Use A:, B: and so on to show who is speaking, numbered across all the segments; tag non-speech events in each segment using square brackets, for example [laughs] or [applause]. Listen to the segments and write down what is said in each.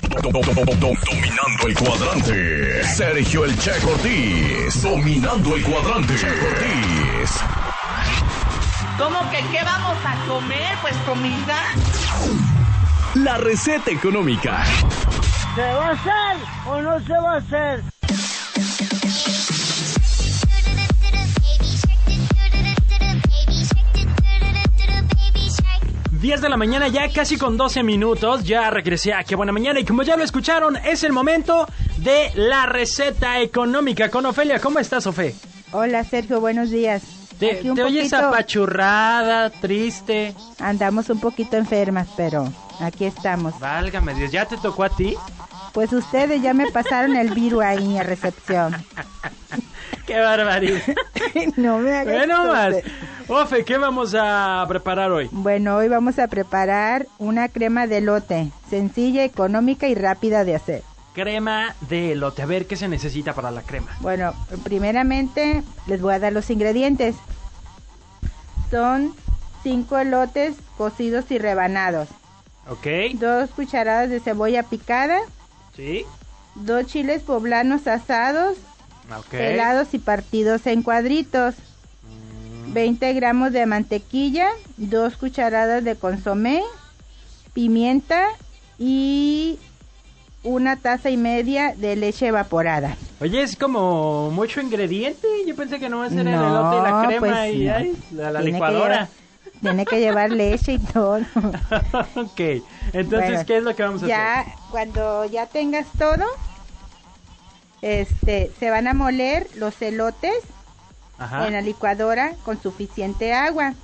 A: do- do- do- do- do- dominando el cuadrante. Sergio el Checo Ortiz, dominando el cuadrante. Checo Ortiz.
B: ¿Cómo que qué vamos a comer? Pues comida.
A: La receta económica.
C: ¿Se va a hacer o no se va a hacer?
D: Baby shark.
E: 10 de la mañana ya casi con 12 minutos, ya regresé a Qué Buena Mañana y como ya lo escucharon es el momento de la receta económica con Ofelia. ¿Cómo estás, Ofe?
F: Hola Sergio, buenos días.
E: ¿Te,
F: Aquí un
E: te oyes
F: poquito-
E: apachurrada, triste?
F: Andamos un poquito enfermas, pero aquí estamos.
E: Válgame Dios, ¿ya te tocó a ti?
F: Pues ustedes ya me pasaron el virus ahí a recepción.
E: [laughs]
F: [laughs]
E: ¡Qué barbaridad!
F: no me hagas
E: bueno más.
F: toser.
E: Ofe, ¿qué vamos a preparar hoy?
F: Bueno, hoy vamos a preparar una crema de lote, sencilla, económica y rápida de hacer.
E: Crema de elote. A ver qué se necesita para la crema.
F: Bueno, primeramente les voy a dar los ingredientes. Son cinco elotes cocidos y rebanados,
E: ¿Ok?
F: dos cucharadas de cebolla picada,
E: ¿Sí?
F: dos chiles poblanos asados,
E: ¿Ok?
F: pelados y partidos en cuadritos, 20 gramos de mantequilla, dos cucharadas de consomé, pimienta y una taza y media de leche evaporada.
E: Oye, es como mucho ingrediente. Yo pensé que no va a ser el
F: No,
E: elote y la crema
F: pues,
E: y
F: no.
E: ay, la, la
F: Tiene que
E: licuadora.
F: llevar- tiene que llevar leche y todo.
E: [laughs] ok. Entonces,
F: Bueno,
E: ¿qué es lo que vamos a
F: ya,
E: hacer?
F: cuando ya tengas todo, este, se van a moler los elotes
E: Ajá.
F: en la licuadora con suficiente agua,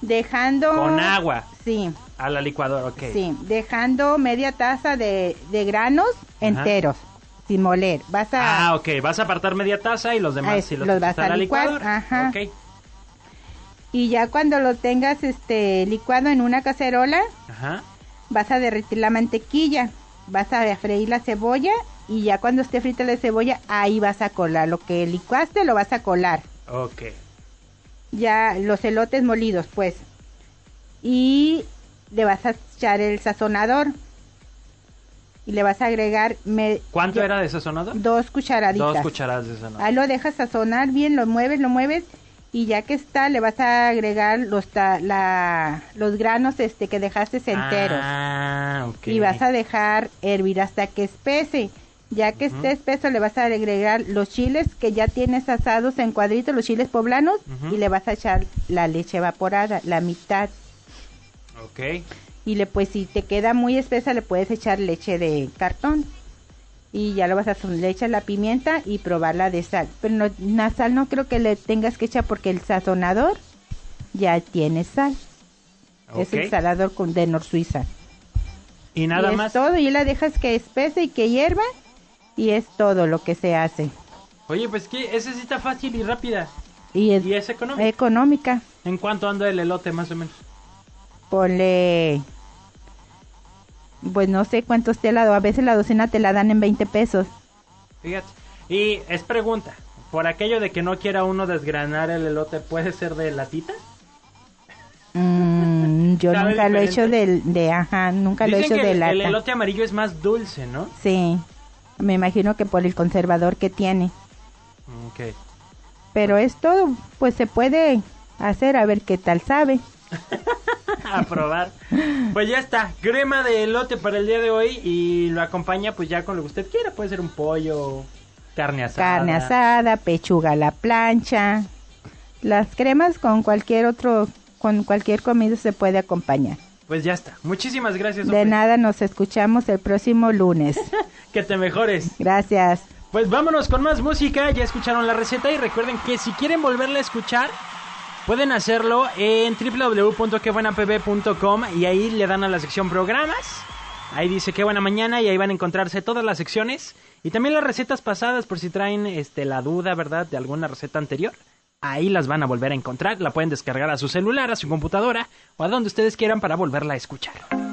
F: dejando
E: Con agua
F: Sí,
E: a la licuadora. Ok.
F: sí, dejando media taza de, de granos enteros, sin moler. Vas a
E: Ah, ok. Vas a apartar media taza y los demás
F: Ay,
E: sí los,
F: los
E: vas a la
F: licuar,
E: licuadora.
F: ajá.
E: Ok.
F: y ya cuando lo tengas este licuado en una cacerola,
E: Ajá.
F: vas a derretir la mantequilla, vas a freír la cebolla y ya cuando esté frita la cebolla, ahí vas a colar lo que licuaste lo vas a colar.
E: Ok.
F: Ya los elotes molidos, pues. Y le vas a echar el sazonador. Y le vas a agregar me-
E: ¿Cuánto
F: yo-
E: era de sazonador?
F: dos cucharaditas.
E: Dos cucharadas de sazonador.
F: Ahí lo dejas sazonar bien, lo mueves, lo mueves y ya que está le vas a agregar los ta- la- los granos este que dejaste enteros
E: Ah, ok.
F: y vas a dejar hervir hasta que espese. Ya que esté espeso le vas a agregar los chiles que ya tienes asados en cuadritos, los chiles poblanos
E: Ujú.
F: y le vas a echar la leche evaporada, la mitad.
E: Ok.
F: Y le pues si te queda muy espesa le puedes echar leche de cartón. Y ya lo vas a hacer, le echas la pimienta y probarla de sal. Pero no, la sal no creo que le tengas que echar porque el sazonador ya tiene sal. Es
E: ok.
F: el salador con de Nor Suiza.
E: Y nada
F: y es
E: más.
F: todo, y la dejas que espese y que hierva y es todo lo que se hace.
E: Oye, pues que esa sí está fácil y rápida.
F: Y es,
E: Y es
F: Eh.
E: económica.
F: económica.
E: ¿En cuánto anda el elote más o menos?
F: Ponle pues no sé cuánto esté la do- a veces la docena te la dan en 20 pesos.
E: Fíjate. Y es pregunta. Por aquello de que no quiera uno desgranar el elote, ¿puede ser de latita?
F: Mm, yo
E: ¿Sabe
F: nunca lo he hecho
E: diferente?
F: del de ajá, nunca lo he hecho
E: Dicen que
F: de
E: el,
F: lata.
E: el elote amarillo es más dulce, ¿no?
F: Sí. Me imagino que por el conservador que tiene,
E: Ok. [laughs]
F: pero es todo, pues se puede hacer a ver qué tal sabe.
E: A probar. Pues ya está. Crema de elote para el día de hoy y lo acompaña pues ya con lo que usted quiera. Puede ser un pollo, carne asada.
F: Carne asada, pechuga a la plancha. Las cremas con cualquier otro con cualquier comida se puede acompañar.
E: Pues ya está. Muchísimas gracias.
F: De
E: Ofe.
F: nada, nos escuchamos el próximo lunes.
E: Que te mejores.
F: Gracias.
E: Pues vámonos con más música, ya escucharon la receta y recuerden que si quieren volverla a escuchar, pueden hacerlo en www.quebuenapb.com y ahí le dan a la sección programas. Ahí dice qué buena mañana y ahí van a encontrarse todas las secciones y también las recetas pasadas por si traen este la duda, ¿verdad?, de alguna receta anterior. Ahí las van a volver a encontrar, la pueden descargar a su celular, a su computadora o a donde ustedes quieran para volverla a escuchar.